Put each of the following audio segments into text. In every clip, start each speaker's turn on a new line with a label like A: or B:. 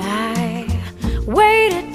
A: I waited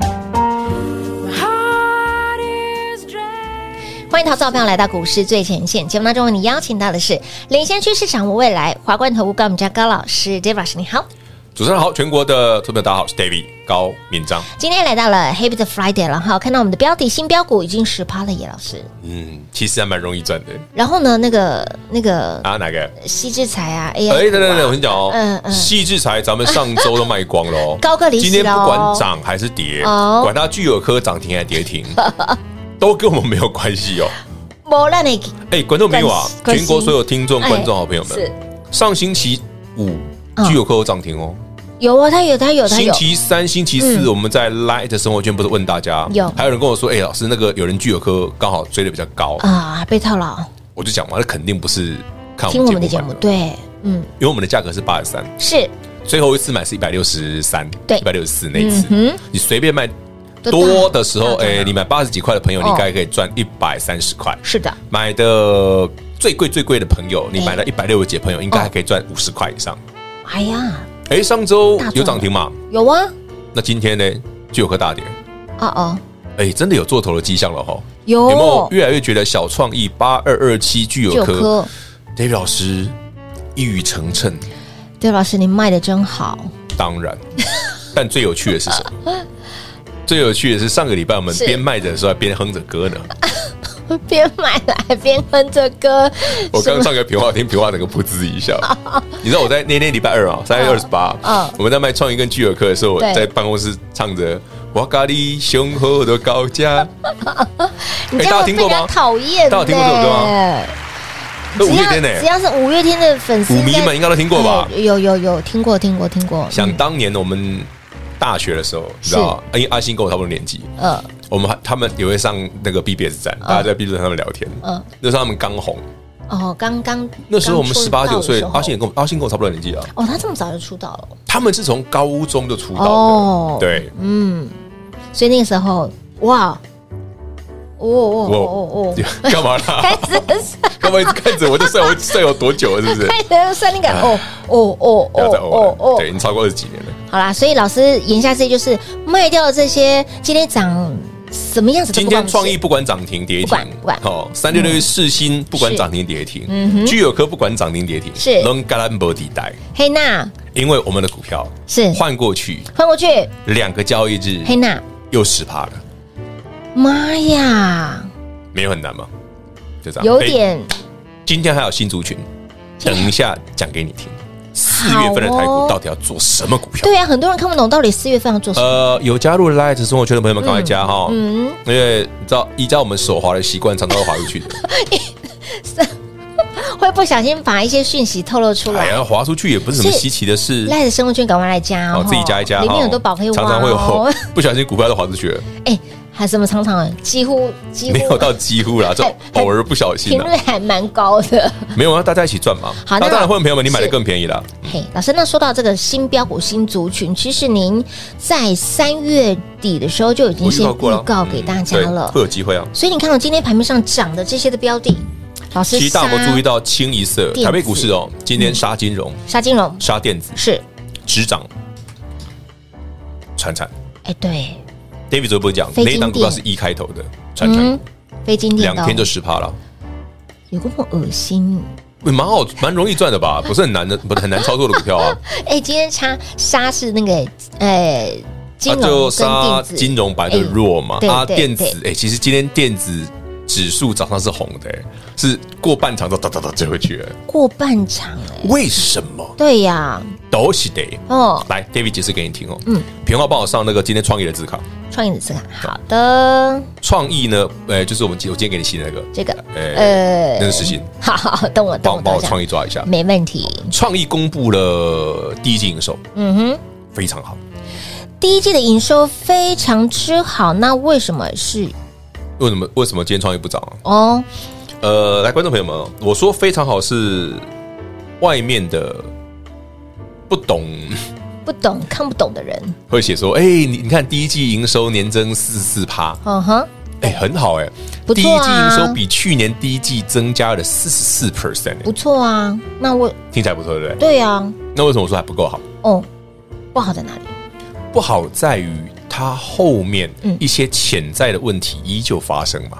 A: My heart is dragging.
B: 欢迎投资者朋友来到股市最前线节目当中，为你邀请到的是领先趋势掌握未来华冠投顾高敏章高老师 David 老师，你好。
C: 主持人好，全国的特别大家好，我是 David 高敏章。
B: 今天来到了 Happy the Friday 了哈，看到我们的标的新标股已经十趴了耶，老师。
C: 嗯，其实还蛮容易赚的
B: 然后呢，那个那个
C: 啊，哪个？
B: 西之财啊
C: 哎、
B: ，AI，股啊
C: 等等等，我跟你讲哦，
B: 嗯嗯
C: 细制材咱们上周都卖光了 哦，
B: 高歌离席
C: 今天
B: 了哦
C: 不管涨还是跌，
B: 哦
C: 管它具有科涨停还是 跌停，都跟我们没有关系哦。
B: 没让你
C: 哎、观众朋友啊，
B: 关系
C: 全国所有听众、
B: 哎
C: 观众、好朋友们，
B: 是
C: 上星期五
B: 嗯
C: 具有科有涨停哦。
B: 有啊，他有他有他
C: 星
B: 有，
C: 期三、星期四，
B: 嗯
C: 我们在 Light 生活圈不是问大家，
B: 有
C: 还有人跟我说，哎、老师，那个有人具有科刚好追的比较高，
B: 啊，被套牢，
C: 我就讲嘛，那肯定不是看
B: 啊听我们的节
C: 买
B: 目，对，嗯，
C: 因为我们的价格是八十三，
B: 是
C: 最后一次买是一百六十三，
B: 对
C: 一百六十四那一次，
B: 嗯
C: 你随便卖
B: 都
C: 多
B: 大
C: 的时候，
B: 大
C: 哎、
B: 大
C: 你买八十几块的朋友，
B: 哦
C: 你大概可以赚一百三十块，
B: 是的，
C: 买的最贵最贵的朋友，你
B: 哎
C: 买了一百六十几的朋友，应该还可以赚五十块以上。
B: 哎呀，
C: 哎、上周
B: 大赚
C: 有涨停嘛？
B: 有啊，
C: 那今天呢，就有个大跌。
B: 哦哦，
C: 哎、真的有做头的迹象了哈！
B: 有
C: 有没有越来越觉得小创意八二二七具有
B: 九
C: 科
B: 科，
C: David 老师一语成谶？
B: 对，老师你卖的真好，
C: 当然， 但最有趣的是什么？最有趣的是上个礼拜我们
B: 是
C: 边卖着的时候还边哼着 歌呢。
B: 边买来边哼着歌，
C: 我刚
B: 什么
C: 上个平话厅，平话整个噗嗤一笑。你知道我在那天礼拜二啊，三月二十八
B: 嗯，
C: 我们在卖创意跟聚合课的时候，我
B: 对
C: 在办公室唱着“哇咖喱雄厚的高架
B: 你这
C: 哎大家
B: 样
C: 听
B: 被
C: 过
B: 人
C: 吗
B: 家讨厌，
C: 大家听过这首歌吗？”，那五
B: 只
C: 月天
B: 要只
C: 呢？
B: 要是五月天的粉丝，
C: 舞迷们应该都听过吧
B: 哎有有有听过听过听过，
C: 想
B: 嗯
C: 当年我们大学的时候，你知道，因为阿信跟我差不多年纪，
B: 呃
C: 我们还他们也会上那个 BBS 站，大家在 BBS 上面聊天。
B: 嗯
C: 那时候他们刚红，
B: 哦，刚刚
C: 那时候我们
B: 刚
C: 十
B: 出道
C: 八
B: 的
C: 九岁
B: 时，候
C: 阿信也跟我阿信跟我差不多年纪啊。
B: 哦，他这么早就出道了，
C: 他们是从高中就出道的，
B: 哦
C: 对，
B: 嗯，所以那个时候哇，哦哦
C: 我
B: 哦哦哦，
C: 干嘛 啦？
B: 开始
C: 干嘛一直看着我？就算我算有多久了，是不是？
B: 开始算那个哦哦 哦
C: 哎不要再
B: 哦
C: 偶
B: 哦
C: 尔，
B: 哦
C: 对，你超过二十几年了。
B: 好啦，所以老师言下之意就是卖掉这些今天涨什么样子都
C: 今
B: 不关
C: 天
B: 我们事
C: 创意不管涨停跌
B: 不
C: 停
B: 管不管，嗯
C: 哦，三六六一世新不管
B: 是
C: 涨停跌停，
B: 嗯哼
C: 聚友科不管涨停跌停，
B: 是
C: 能干兰博底带，
B: 黑娜
C: 因为我们的股票
B: 是
C: 换过去
B: 换过去，
C: 两个交易日
B: 黑娜，
C: 又十趴了，
B: 妈
C: 啊
B: 呀，
C: 没有很难吗？就这样，
B: 有
C: 哎
B: 点
C: 今天还有新族群，等一下讲给你听。四月份的台
B: 好哦
C: 股到底要做什么股票？
B: 对啊，很多人看不懂到底四月份要做什么。
C: 呃，有加入 Light 生活圈的朋友们，赶快加哈！
B: 哦嗯，
C: 因为你知道，依照我们手滑的习惯，常常会滑 出去的。
B: 会不小心把一些讯息透露出
C: 啊哎
B: 来。
C: 呀，滑出去也不是什么
B: 啊是
C: 稀奇的事。
B: 赖的生活圈赶快来加
C: 哦
B: 哦，，
C: 自己加一加，
B: 里面
C: 哈
B: 有都宝可以挖
C: 常常会
B: 哦
C: 有。 不小心股票都滑出去了，
B: 哎，还什么常常几乎几乎哎
C: 没有到几乎啦，这
B: 很
C: 偶尔不小心
B: 频
C: 啦，
B: 率还蛮高的。
C: 没有啊，大家一起赚嘛。
B: 好那
C: 那当然，会员朋友们，你买的
B: 是
C: 更便宜啦。
B: 嘿，老师，那说到这个新标股、新族群，其实您在三月底的时候就已经
C: 我预
B: 先
C: 告过了
B: 预告给大家
C: 对
B: 了，
C: 会有机会啊。
B: 所以你看到今天盘面上涨的这些的标的，老师
C: 其实大家有没有
B: 杀
C: 注意到清一色？
B: 电子
C: 台北股市哦，今天杀金融、
B: 杀金融
C: 杀电子、
B: 是，
C: 直涨、传产。
B: 哎，对，
C: David 昨天不是讲
B: 非
C: 那
B: 金
C: 一档股票是一开头的传产
B: 嗯，，非金电
C: 两
B: 到
C: 天就十趴了，
B: 有那么恶心。
C: 喂蛮好，蛮容易赚的吧？不是 很难的，不是很难操作的股票啊。
B: 哎，今天杀杀是那个呃 金
C: 它
B: 融跟
C: 啊就杀
B: 电子，
C: 金融白的弱嘛
B: 哎，对
C: 啊，
B: 对
C: 电子
B: 对
C: 哎，其实今天电子指数早上是红的，哎是过半场都哒哒哒追回去了，
B: 过半场哎，
C: 为什么？
B: 对呀，
C: 都是得
B: 哦，
C: 来，David 解释给你听哦。
B: 嗯
C: 嗯，平花帮我上那个今天创意的字卡，
B: 创业的思考，好的，
C: 创意呢，呃，就是我们今我今天给你写的那个，
B: 这个
C: 呃
B: 呃，
C: 那个事情，
B: 好好，等我
C: 帮
B: 等
C: 我
B: 我
C: 帮
B: 等
C: 我
B: 一下
C: 创，意抓一下。
B: 没问题。
C: 创意公布了第一季营收，
B: 嗯哼，
C: 非常好。
B: 第一季的营收非常之好，那为什么是
C: 为什么为什么今天创意不涨啊？
B: 哦？
C: 呃，来，观众朋友们哦，我说非常好是外面的不懂
B: 不懂看不懂的人，
C: 会写说，哎、你你看第一季营收年增四四趴，
B: 嗯哼，
C: 哎、很好哎、
B: 不
C: 第
B: 错
C: 一季营
B: 啊
C: 收比去年第一季增加了四十四 percent，
B: 不错啊。那我
C: 听起来不错，对不对？
B: 对啊，
C: 那为什么我说还不够好？
B: 哦，不好在哪里？
C: 不好在于它后面
B: 嗯
C: 一些潜在的问题依旧发生嘛。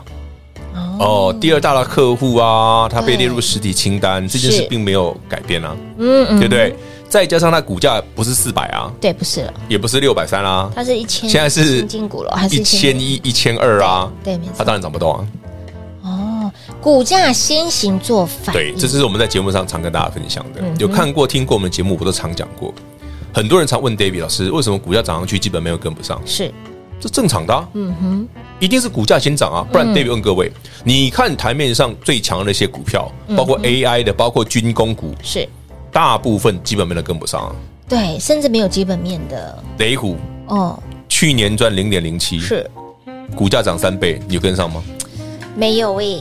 B: 哦，
C: 哦，第二大的客户啊，它被
B: 对
C: 列入实体清单，这件
B: 是
C: 事并没有改变啊，
B: 嗯嗯
C: 对不对？再加上它股价不是四百啊，
B: 对，不是了，
C: 也不是六百三啦，
B: 它是一千，
C: 现在是
B: 千金股了，还是
C: 一千一、一千二啊，
B: 对，没
C: 它
B: 错。
C: 当然涨不动啊。
B: 哦，股价先行做反
C: 对，
B: 应，
C: 这是我们在节目上常跟大家分享的
B: 嗯哼。
C: 有看过、听过我们的节目，我都常讲过。很多人常问 David 老师，为什么股价涨上去基本没有跟不上？
B: 是，
C: 这正常的、啊，
B: 嗯哼，嗯
C: 一定是股价先涨啊，不然 David 问各位，你看台面上最强的那些股票，
B: 嗯
C: 包括 AI 的，包括军工股，
B: 是
C: 大部分基本面都跟不上啊。
B: 对，甚至没有基本面的
C: 雷虎
B: 哦，
C: 去年赚零点零七，
B: 是
C: 股价涨三倍，你有跟上吗？
B: 没有诶、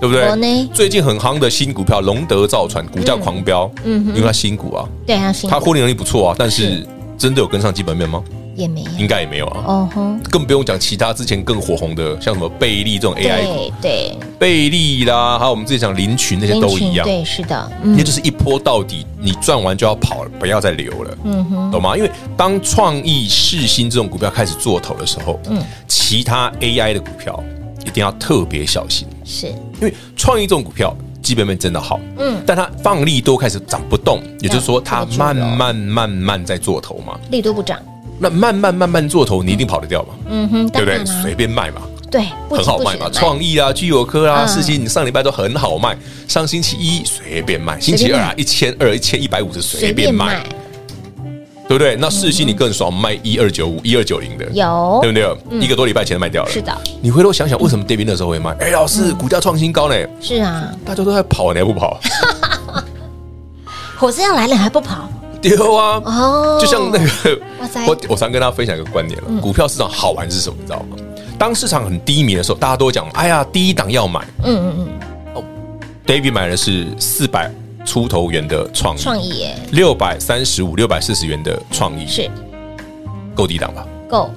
C: 对不
B: 我呢
C: 对？最近很夯的新股票隆德造船，股价狂飙，
B: 嗯
C: 嗯，
B: 哼
C: 因为它新股啊，
B: 对啊，新
C: 它
B: 股
C: 获利能力不错啊，但
B: 是
C: 是真的有跟上基本面吗？
B: 也没有，
C: 应该也没有啊，
B: 哦吼，
C: 更不用讲其他之前更火红的，像什么贝利这种 AI 股，
B: 对对，
C: 贝利啦，还有我们之前讲林群那些
B: 林
C: 都
B: 群
C: 一样，
B: 对，是的，
C: 那
B: 嗯
C: 就是一波到底，你赚完就要跑了，不要再留了。
B: 嗯哼，
C: 懂吗？因为当创意、世新这种股票开始做头的时候，嗯，其他 AI 的股票一定要特别小心。
B: 是
C: 因为创意这种股票基本面真的好，
B: 嗯
C: 嗯，但它放利多开始涨不动，也就是说它
B: 对
C: 慢慢慢慢在做头嘛。
B: 力度不涨，
C: 那慢慢慢慢做头，你一定跑得掉嘛，
B: 嗯哼，当
C: 对不对
B: 然？啦
C: 随便卖嘛，
B: 对，不
C: 很
B: 急
C: 好
B: 不
C: 卖
B: 徐
C: 嘛。
B: 的
C: 创意啊、具有科啊、
B: 嗯
C: 世新，你上礼拜都很好卖，上星期一随便卖，星期二啊一千二、一千一百五十随
B: 随
C: 便
B: 便
C: 卖
B: 买，，
C: 对不对？那世新你更爽，卖一二九五、一二九零的，
B: 有嗯
C: 对不对？一个多礼拜前卖掉了，
B: 是嗯的。
C: 你回头想想，为什么 David 那时候会卖？哎，老师，股价创新高呢，
B: 是啊，
C: 大家都在跑，你还 不跑？
B: 火车要来了还不跑
C: 丢啊！
B: 哦，
C: 就像那个
B: 哇塞，嗯
C: 我我常跟大家分享一个观点了，股票市场好玩是什么？你知道吗？当市场很低迷的时候，大家都讲，哎呀，第一档要买。
B: 嗯嗯嗯，
C: David 买的是四百出头元的创意，
B: 创意耶
C: 六百三十五、六百四十元的创意，
B: 是
C: 够低档吧？
B: 够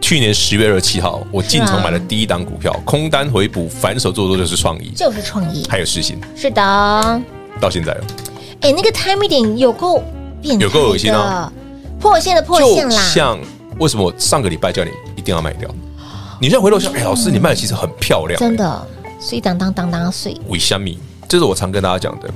C: 去年十月二十七号，我进场买的第一档股票，空单回补，反手做多就是创意，
B: 啊就是创意，
C: 还有世新，
B: 是的，哎，
C: 到现在了
B: 那个 time 点有够变态的
C: 有够恶心啊，
B: 破线的破线
C: 就
B: 啦，
C: 像为什么我上个礼拜叫你一定要卖掉？你现在回头想，哎，老师，你卖的其实很漂亮，
B: 嗯真的碎当当当当碎，
C: 为虾米？这是我常跟大家讲的。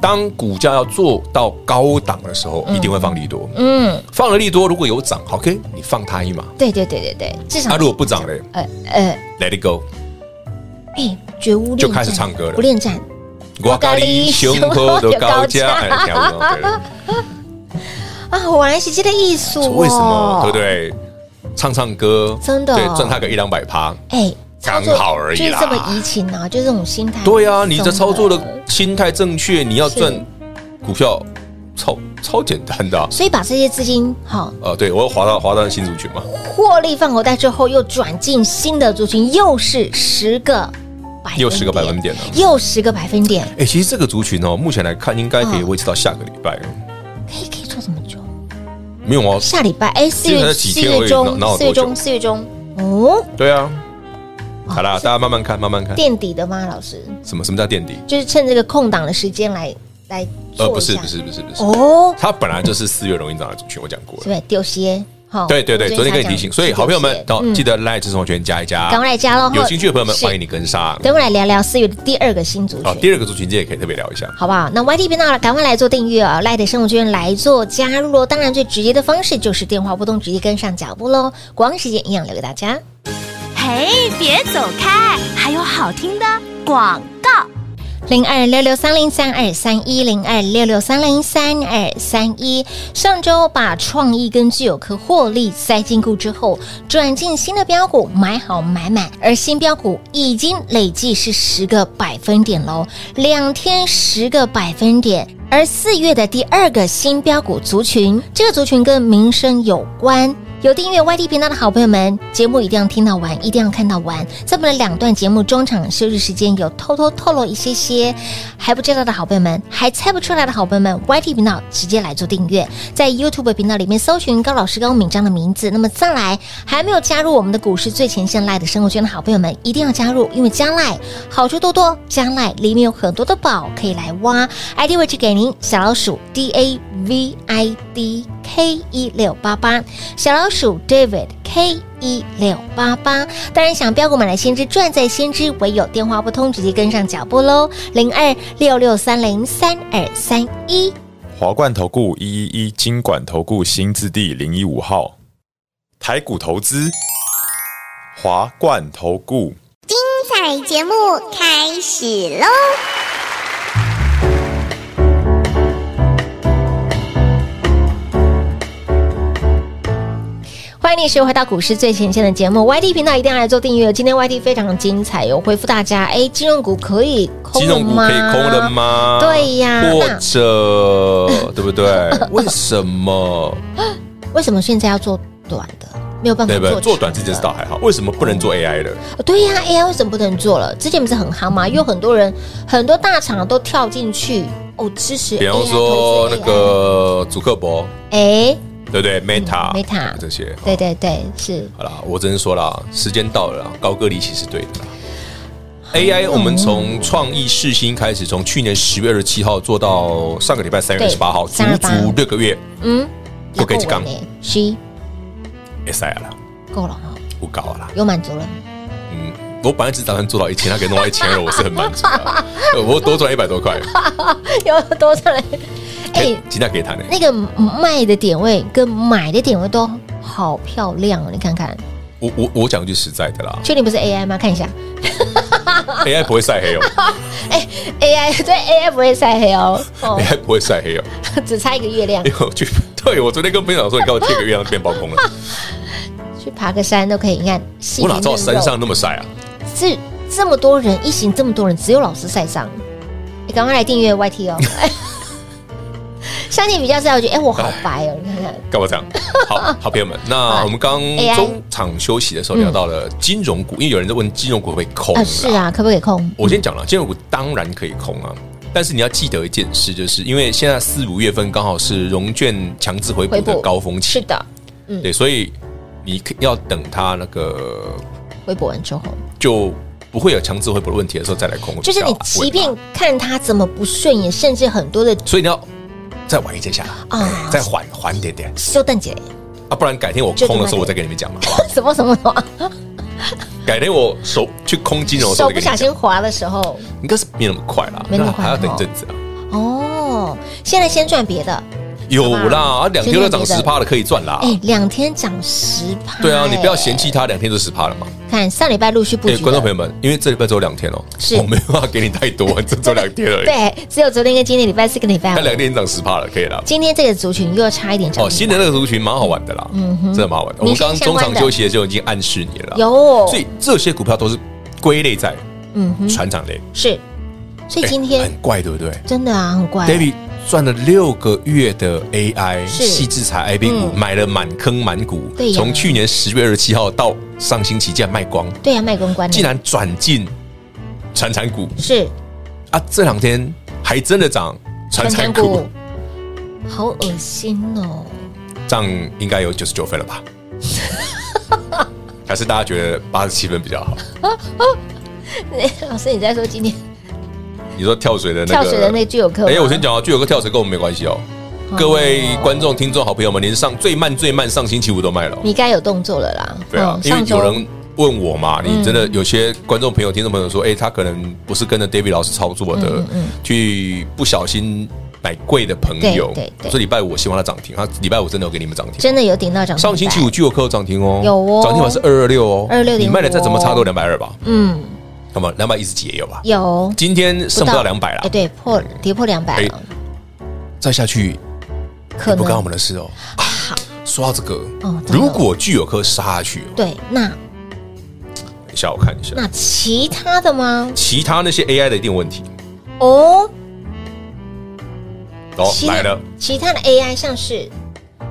C: 当股价要做到高档的时候，一定会放利多。
B: 嗯，
C: 放了利多，如果有涨，OK，你放它一马。
B: 对对对对对，至少
C: 它、如果不涨嘞
B: 呃呃
C: ，Let it go。
B: 哎，绝无恋战
C: 就开始唱歌了
B: 不恋战，
C: 我咖喱胸口的高价，哎，听不懂对了
B: 啊，果然是这个艺术、哦，
C: 为什么？对不？对？唱唱歌，
B: 真的哦
C: 对，赚他个一两百趴。
B: 哎，操作
C: 刚好而已
B: 就是
C: 啦
B: 这么移情啊，就这种心态。
C: 对啊，你
B: 这
C: 的操作的心态正确，你要赚股票，超超简单的啊。
B: 所以把这些资金好
C: 呃，对我又滑到滑到新族群嘛，
B: 获利放口袋之后，又转进新的族群，又是十个百分点，
C: 又10个百分点了
B: 又十个百分点，
C: 哎，其实这个族群哦，目前来看应该可以
B: 嗯
C: 维持到下个礼拜，
B: 可以可以做这么久？
C: 没有啊？
B: 下礼拜哎，四
C: 这
B: 月
C: 才几
B: 四
C: 天而
B: 月
C: 已
B: 中
C: 哪哪有
B: 四
C: 多
B: 月
C: 久
B: 中四月中哦，
C: 对啊，好啦，大家慢慢看，慢慢看。
B: 垫底的吗？老师
C: 什么什么叫垫底？
B: 就是趁这个空档的时间来来
C: 呃，
B: 做
C: 不
B: 一
C: 是
B: 下
C: 不是不是不是，
B: 哦，
C: 它本来就是四月容易涨的族群，我讲过
B: 是
C: 了。
B: 不是丢些？好
C: 对对对，昨天跟你
B: 才
C: 提
B: 讲
C: 醒，所以好朋友们，哦到记得赖志松圈加一加，
B: 赶快来加喽！
C: 有兴趣的朋友们，
B: 是
C: 欢迎你跟上。
B: 等我来聊聊四月的第二个新族
C: 好，
B: 群。
C: 第二个族群这也可以特别聊一下。
B: 好不好？那 YT 频道了，赶快来做订阅哦！赖的生活圈来做加入喽。当然，最直接的方式就是电话拨通，直接跟上脚步喽。广告时间一样留给大家。
D: 嘿，哎别走开，还有好听的广告。
B: 零二六六三零三二三一零二六六三零三二三一。上周把创意跟具有科获利塞进库之后，转进新的标股，买好买满，而新标股已经累计是十个百分点喽，两天十个百分点。而四月的第二个新标股族群，这个族群跟民生有关。有订阅 YT 频道的好朋友们，节目一定要听到完，一定要看到完。在我们的两段节目中场休息时间，有偷偷透露一些些还不知道的好朋友们，还猜不出来的好朋友们，YT 频道直接来做订阅，在 YouTube 频道里面搜寻高老师高敏章的名字。那么再来，还没有加入我们的股市最前线 Live 的生活圈的好朋友们，一定要加入，因为加 Live 好处多多，加 Live 里面有很多的宝可以来挖。ID 位置给您，小老鼠 D A V I D K 一六八八，小老鼠 David K 一六八八。当然，想标股买来先知，赚在先知，唯有电话不通，直接跟上脚步喽，零二六六三零三二三一。
E: 华冠投顾一一一金管投顾新字第零一五号，台股投资，华冠投顾。
F: 彩节目开始喽！
B: 欢迎你收回到股市最前线的节目，YT 频道一定要来做订阅。今天 YT 非常精彩，有回复大家，哎，金融股可以空
C: 金
B: 了
C: 融股
B: 吗？
C: 可以空了？吗？
B: 对呀
C: 或
B: 那
C: 者对不对？为什么？
B: 为什么现在要做短的？没有办法
C: 对不对？
B: 做嗯
C: 做短
B: 的
C: 这件事倒还好，为什么不能做 AI 的？
B: 对呀、a i 为什么不能做了？之前不是很夯吗？有很多人，很多大厂都跳进去哦，支持 AI 投资 AI。
C: 比方说那个祖克伯，
B: 哎，
C: 对不对？Meta、
B: 嗯，Meta
C: 这些，哦
B: 对对对，是
C: 好啦，我只能说啦，时间到了啦，高歌离奇是对的啦。AI，我们从创意世新开始，从去年十月二十七号做到上个礼拜三月二十八号，足
B: 对
C: 足六个月
B: 嗯，
C: 不给几杠
B: 是
C: ，SI 啦，
B: 够了哈、哦，
C: 不高啊啦。
B: 有满足了吗。
C: 嗯，我本来只打算做到一千，他给弄到一千二，我是很满足的 啊。呃我多赚一百多块，
B: 有多少人？哎、
C: 哎，今天给他呢。
B: 那个卖的点位跟买的点位都好漂亮哦，你看看，
C: 我我我讲句实在的 啦
B: 确定不是 AI 吗？看一下
C: ，AI 不会晒黑哦
B: AI，对 AI 不会晒黑哦， 哦，
C: ，AI 不会晒黑哦。
B: 只差一个月亮，
C: 因为我去，对我昨天跟朋友讲说，你看我贴个月亮变包空了，
B: 去爬个山都可以。你看，细
C: 我
B: 皮
C: 哪知道
B: 嫩
C: 山
B: 肉
C: 上那么晒啊？
B: 是这么多人，一行这么多人，只有老师晒伤。你赶快来订阅 YT 哦。 哎相信比较晒，我觉得哎、我好白哦，你看看。
C: 干嘛这样？好好朋友们，那我 们刚
B: AI
C: 中场休息的时候聊到了金融股，因为有人在问金融股会不会空
B: 啊， 是啊，可不可以空？
C: 我先讲了，金融股当然可以空啊，但是你要记得一件事，就是因为现在四五月份刚好是融券强制回补
B: 回补
C: 的高峰期，
B: 是嗯的，
C: 对，所以你可要等它那个
B: 微博完之后，
C: 就不会有强制回补的问题的时候再来空，
B: 就是
C: 比
B: 你
C: 较安
B: 即
C: 稳
B: 便
C: 嘛
B: 看他怎么不顺眼，甚至很多的
C: 所以你要再晚一阵下来，
B: 啊
C: 对再缓缓点点
B: 修蛋姐
C: 啊，不然改天我空的时候我再跟你们讲嘛，好吧？
B: 什么什么什么，
C: 改天我手去空金融的时候
B: 手
C: 再
B: 不
C: 跟你
B: 小
C: 们讲，
B: 心滑的时候，
C: 应该是没那么快啦，
B: 没那么快
C: 还要等
B: 哦
C: 一阵子啊。啊
B: 哦，现在先赚别的，
C: 有啦，啊，两天都涨十趴
B: 了。
C: 了，可以赚啦。
B: 哎，两天涨十趴，
C: 对啊，你不要嫌
B: 弃。
C: 弃它，两天就十趴了嘛。
B: 看上礼拜陆续布
C: 哎、
B: 局，
C: 观众朋友们，因为这礼拜只有两天哦，
B: 是
C: 我没办法给你太多，只走两天而已。
B: 对，啊只有昨天跟今天礼拜四跟礼拜
C: 那
B: 五，
C: 两天已经涨十趴了，可以了。
B: 今天这个族群又差一点涨停
C: 哦，
B: 板。
C: 新的那个族群蛮好玩的啦，嗯真的蛮好玩的。我
B: 民
C: 们
B: 生
C: 刚刚
B: 相
C: 中
B: 关
C: 场
B: 的
C: 休息的时候哦已经暗示你了啦，
B: 有，
C: 所以这些股票都是归类在
B: 嗯哼，
C: 船长类。
B: 是，所以今
C: 哎
B: 天
C: 很怪，对不对
B: 真的啊，很怪。
C: ？David 赚了六个月的 AI
B: 是
C: 细制裁 IP 股，
B: 嗯
C: 买了满坑满谷
B: 对，呀
C: 从去年十月二十七号到上星期竟然卖光，
B: 对啊，卖公关的
C: 竟然转进传产股
B: 是
C: 啊！这两天还真的涨传产股，，
B: 好恶心哦！
C: 涨应该有九十九分 了吧？还是大家觉得八十七分比较好？
B: 老师，你在说今天
C: 你说跳水的那个
B: 跳水的那具有课？
C: 哎、我先，讲啊，就有个跳水跟我们没关系哦。各
B: 哦
C: 位观众、听众、好朋友们，连上最慢最慢上星期五都卖了哦、
B: 你该有动作了啦。
C: 对啊
B: 嗯，
C: 因为
B: 上周嗯
C: 有人问我嘛，你真的有些观众朋友、听众朋友说，哎、他可能不是跟着 David 老师操作
B: 嗯
C: 的，去不小心买贵的朋友，
B: 对对对
C: 所以礼拜五我希望他涨停，他礼拜五真的有给你们涨停。
B: 真的有顶到涨停板
C: 上星期五，具有科有涨停哦，
B: 有哦
C: 涨停板是二二六哦，
B: 226.5
C: 你卖的再怎么差都两百二吧，
B: 嗯，
C: 那么两百一十几也有吧，
B: 有
C: 今天剩不到两百嗯
B: 哎，
C: 了，
B: 对，破跌破两百了，
C: 再下去
B: 可能
C: 不干我们的事哦。啊说到这个
B: 哦，真的
C: 如果具有科杀下去，
B: 对，那
C: 等一下我看一下，
B: 那其他的吗？
C: 其他那些 AI 的一定有问题
B: 哦，
C: 哦，
B: 其
C: 来了。
B: 其他的 AI 像是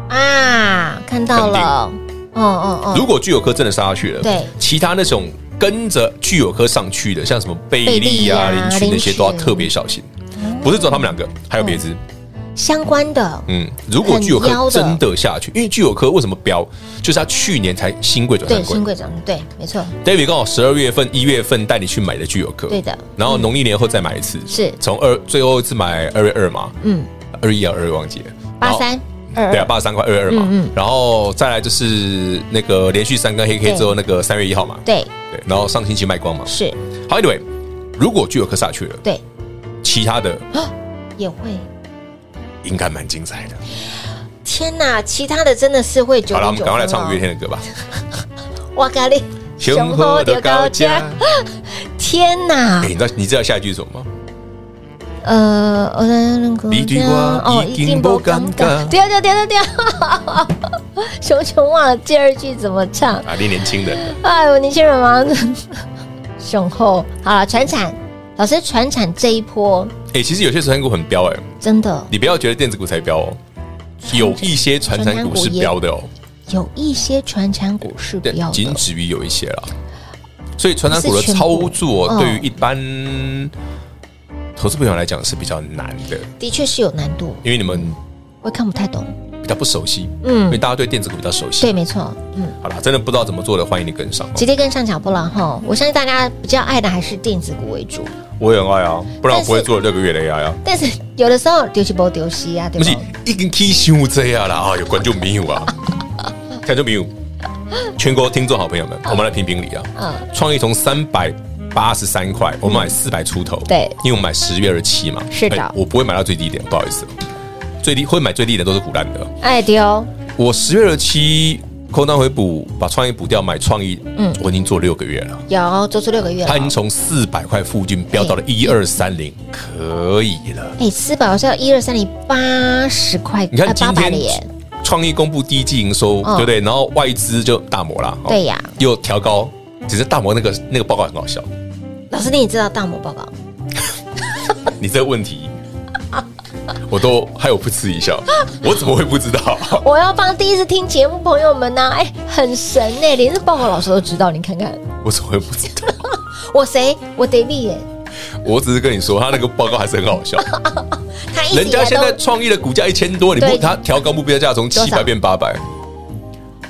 B: 啊，看到了，哦哦哦，
C: 如果具有科真的杀下去了，
B: 对
C: 其他那种跟着具有科上去的，像什么贝
B: 贝利
C: 利啊、
B: 啊
C: 林群那些，
B: 林群哦
C: 都要特别小心。不是只有他们两个，还有别只。
B: 相关的，
C: 嗯，如果具有
B: 很妖的
C: 科真的下去，因为具有科为什么标，就是他去年才新贵转
B: 对，
C: 上
B: 新
C: 贵。
B: 贵涨，对，没错，
C: David 刚好十二月份、一月份带你去买的具有科，
B: 对的嗯
C: 然后农历年后再买一次，
B: 是
C: 从二最后一次买二月二嘛，
B: 嗯，
C: 二一啊二月忘记了，
B: 八三二
C: 对啊，
B: 二，
C: 八十三块二二嘛，
B: 嗯嗯
C: 然后再来就是那个连续三根黑 K 之后，那个三月一号嘛，
B: 对，
C: 对，然后上星期卖光嘛。
B: 是，
C: 好，anyway，如果巨有科下去了，
B: 对，
C: 其他的
B: 也会。
C: 应该蛮精彩的。
B: 天哪，其他的真的是会九
C: 好了，我
B: 点
C: 们
B: 九哦
C: 赶快来唱五月天的歌 吧。
B: 哇咖喱，
C: 的高架，
B: 天哪
C: 哎，，你知道你知道下一句是什么吗？
B: 呃，我的那个哦
C: 你对我已经不感觉
B: 对啊对对对对， 熊熊忘了第二句怎么唱，
C: 啊，你年轻人了，
B: 哎呦，年轻人嘛， 雄厚。好了，船产老师，船产这一波
C: 哎，其实有些传产股很飙哎，
B: 真的
C: 你不要觉得电子股才飙哦，有一些传产股是飙的哦，
B: 有一些船产股是
C: 对
B: 标，
C: 仅
B: 的，
C: 止于有一些啦。所以传产股
B: 不
C: 的
B: 是全部
C: 操作
B: 嗯
C: 对于一般投资朋友来讲是比较难的，
B: 的确是有难度，
C: 因为你们
B: 我也看不太懂。
C: 比较不熟悉，因为
B: 嗯，
C: 大家对电子股比较熟悉
B: 对，。没错，嗯，
C: 好啦，真的不知道怎么做的，欢迎你跟上哦。
B: 直接跟上脚步了哈。我相信大家比较爱的还是电子股为主，
C: 我也很爱啊，不然
B: 但
C: 我不会
B: 是
C: 做六个月的 AI 啊。
B: 但是有的时候丢弃不丢弃啊，对
C: 不
B: 吧
C: 是？，已经起伤这样了啊！有观众朋 友啊，观众朋友，全国听众好朋友们，我们来评评理啊。
B: 嗯，
C: 创意从三百八十三块，我们买四百出头，
B: 对
C: 因为我们买十月二十七嘛。
B: 是的
C: 哎我不会买到最低点，不好意思，最低会买最低的都是股烂的。
B: 哎丢，
C: 我十月二十七空单回补，把创意补掉，买创意，嗯，我已经做六个月了。
B: 有做出六个月了
C: 它已。经从四百块附近飙到了一二三零，可以了。
B: 哎，四百好像一二三零八十块，哎
C: 你看今
B: 八百
C: 天哦
B: 了耶！
C: 创意公布第一季营收，
B: 嗯
C: 对不对？然后外资就大摩啦，哦
B: 对呀
C: 又调高。只是大摩那个那个报告 很好笑，
B: 老师，你也知道大摩报告
C: 你这个 问题，我都害我噗嗤一笑，我怎么会不知 道？
B: 我要帮第一次听节目朋友们呢、哎、很神哎、连是报告老师都知道，你看看
C: 我怎么会不知道？
B: 我谁，我 David 耶、
C: 我只是跟你说，他那个报告还是很好笑。
B: 他 一直
C: 人
B: 以
C: 家
B: 来
C: 现
B: 都
C: 在创意的股价一千多，你
B: 对
C: 不他调高目标价从七
B: 多少
C: 百变八百，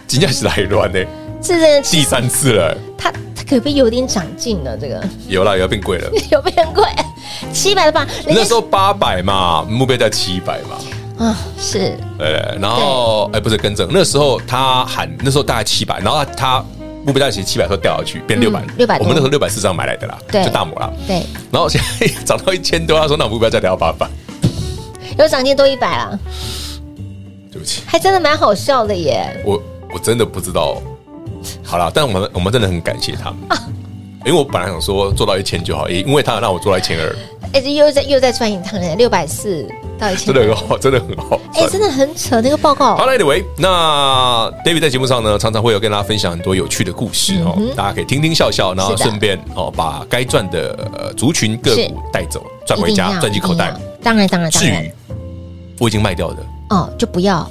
C: 金价是来乱呢，
B: 是真
C: 第
B: 的，
C: 三次了，
B: 他他可不可以有点长进了？这个
C: 有啦，有要变贵了。
B: 有没有人贵？七百的吧，人
C: 那时
B: 家
C: 候八百嘛，目标价七百嘛，
B: 啊是
C: 呃，然后哎不是更正，那时候他喊那时候大概七百，然后他他目标价其实七百说掉下去变六百、
B: 600多
C: 我们那时候六百四上买来的啦，
B: 对
C: 就大摩啦，
B: 对，
C: 然后现 在涨到一千多，他说那我目标价调到八百，
B: 有长进多一百了，
C: 不起，
B: 啊还真的蛮好笑的耶。
C: 我我真的不知道。好啦，但我们我们真的很感谢他们，因为我本来想说做到一千就好，也因为他让我做到一千二，
B: 哎，又在又在赚一趟了，六百四到一千，
C: 真的很好，真的很好。
B: 哎，真的很扯那个报告。
C: 好了，Anyway，那 David 在节目上呢，常常会有跟大家分享很多有趣的故事哦，大家可以听听笑笑，然后
B: 嗯是的
C: 顺便哦把该赚的呃族群个
B: 是
C: 股带走，赚回
B: 一定
C: 家，
B: 要
C: 赚进口袋
B: 一。定要当然，当然，当
C: 至
B: 然
C: 于，我已经卖掉的，
B: 哦，就不要，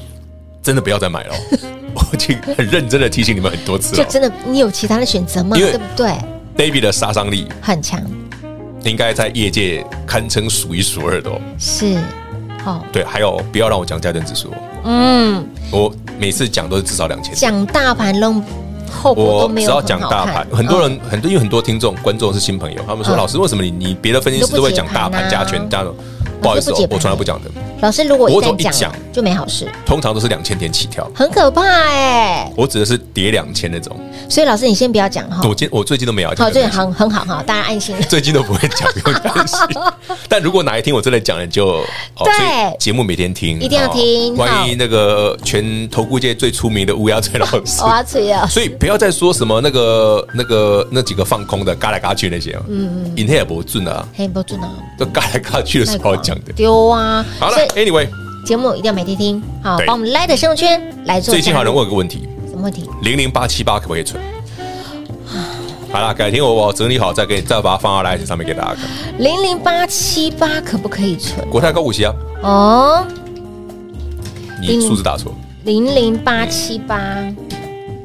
C: 真的不要再买了哦。我已经很认真的提醒你们很多次
B: 就
C: 了。
B: 真的你有其他的选择吗？
C: 啊因为
B: 对不对？
C: David 的杀伤力
B: 很强，
C: 应该在业界堪称数一数二的哦。
B: 是，哦，
C: 对，还有不要让我讲加权指数哦，
B: 嗯，
C: 我每次讲都是至少两千。
B: 讲大盘弄后果
C: 我
B: 哦都没
C: 只
B: 有
C: 要
B: 很
C: 讲
B: 好
C: 大
B: 看，
C: 盘，很多
B: 嗯
C: 人很多因为很多听众观众是新朋友，他们说
B: 嗯
C: 老师为什么你你别的分析师都会讲大盘
B: 你都不解盘啊
C: 加权加的？不好意思
B: 不解
C: 哦，
B: 盘啊
C: 我从来不讲的，
B: 老师如果一
C: 我总
B: 旦
C: 一
B: 讲
C: 讲
B: 就没好事，
C: 通常都是两千点起跳，
B: 很可怕哎。
C: 我指的是跌两千那种。
B: 所以老师你先不要讲哈，
C: 我今我最近都没有
B: 好，
C: 讲，
B: 这很很好哈，大家安心。
C: 最近都不会讲，不用担 心。但如果哪一天我真的讲了，你就哦，
B: 对
C: 所以节目每天听，
B: 一定要听
C: 哦
B: 好
C: 万一那个全投顾界最出名的乌鸦嘴老 师
B: 我，要吃药，
C: 所以不要再说什么那个那个那几个放空的嘎来嘎去那些，嗯嗯，引黑也不准啊，
B: 黑不住呢，
C: 都嘎来嘎去的时候讲的。
B: 丢啊。
C: 好了
B: 所以
C: ，Anyway，
B: 节目一定要每天听，好，
C: 对
B: 把我们拉的生活圈来做加入。
C: 最近好像问有个问题，
B: 什么问题？
C: 零零八七八可不可以存？好啦，改天我我整理好再给再把它放到来 i 上面给大家看。
B: 零零八七八可不可以存？
C: 国泰高股息啊，
B: 哦，
C: 你数字打错，
B: 零零八七八，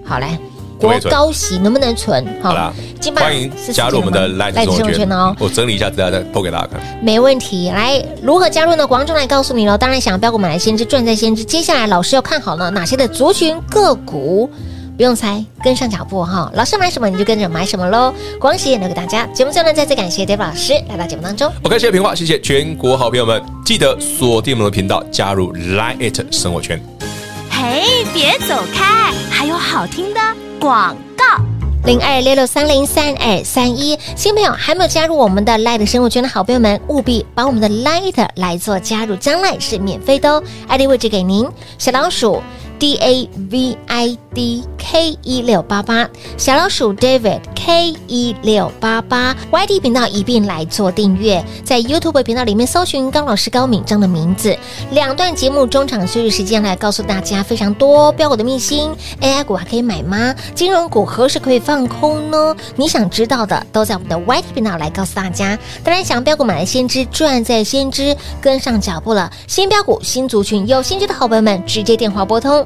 B: 好来。
C: 可不可
B: 国
C: 以存
B: 高息能不能存？
C: 好啦
B: 金，巴
C: 欢迎加入我们的 l i
B: 赖
C: e
B: 生
C: 生
B: 活
C: 活
B: 圈
C: 圈
B: 哦
C: 哦。。我整理一下资料再抛给大家看。
B: 没问题。来，如何加入呢？广众来告诉你喽。当然，想要标股买来先知，赚在先知。接下来老师要看好呢哪些的族群个股，不用猜，跟上脚步哈。老师买什么你就跟着买什么喽。光喜也留给大家。节目最后呢，再次感谢 David 老师来到节目当中。
C: OK，谢谢平话，谢谢全国好朋友们，记得锁定我们的频道，加入 Line It 生活圈。
D: 嘿，别走开，还有好听的广告。
B: 零二六六三零三二三一，新朋友还没有加入我们的 Light 生活圈的好朋友们，务必把我们的 Light 来做加入，将来是免费的哦。ID 位置给您，小老鼠 D A V I D K 一六八八，小老鼠 David K 一六八八，YD 频道一并来做订阅，在 YouTube 频道里面搜寻高老师高敏章的名字，两段节目中场休息时间来告诉大家非常多标股的秘辛，AI 股还可以买吗？金融股何时可以放空呢？你想知道的都在我们的 White 频道来告诉大家。当然，想标股买来先知，赚在先知，跟上脚步了。新标股、新族群，有兴趣的好朋友们，直接电话拨通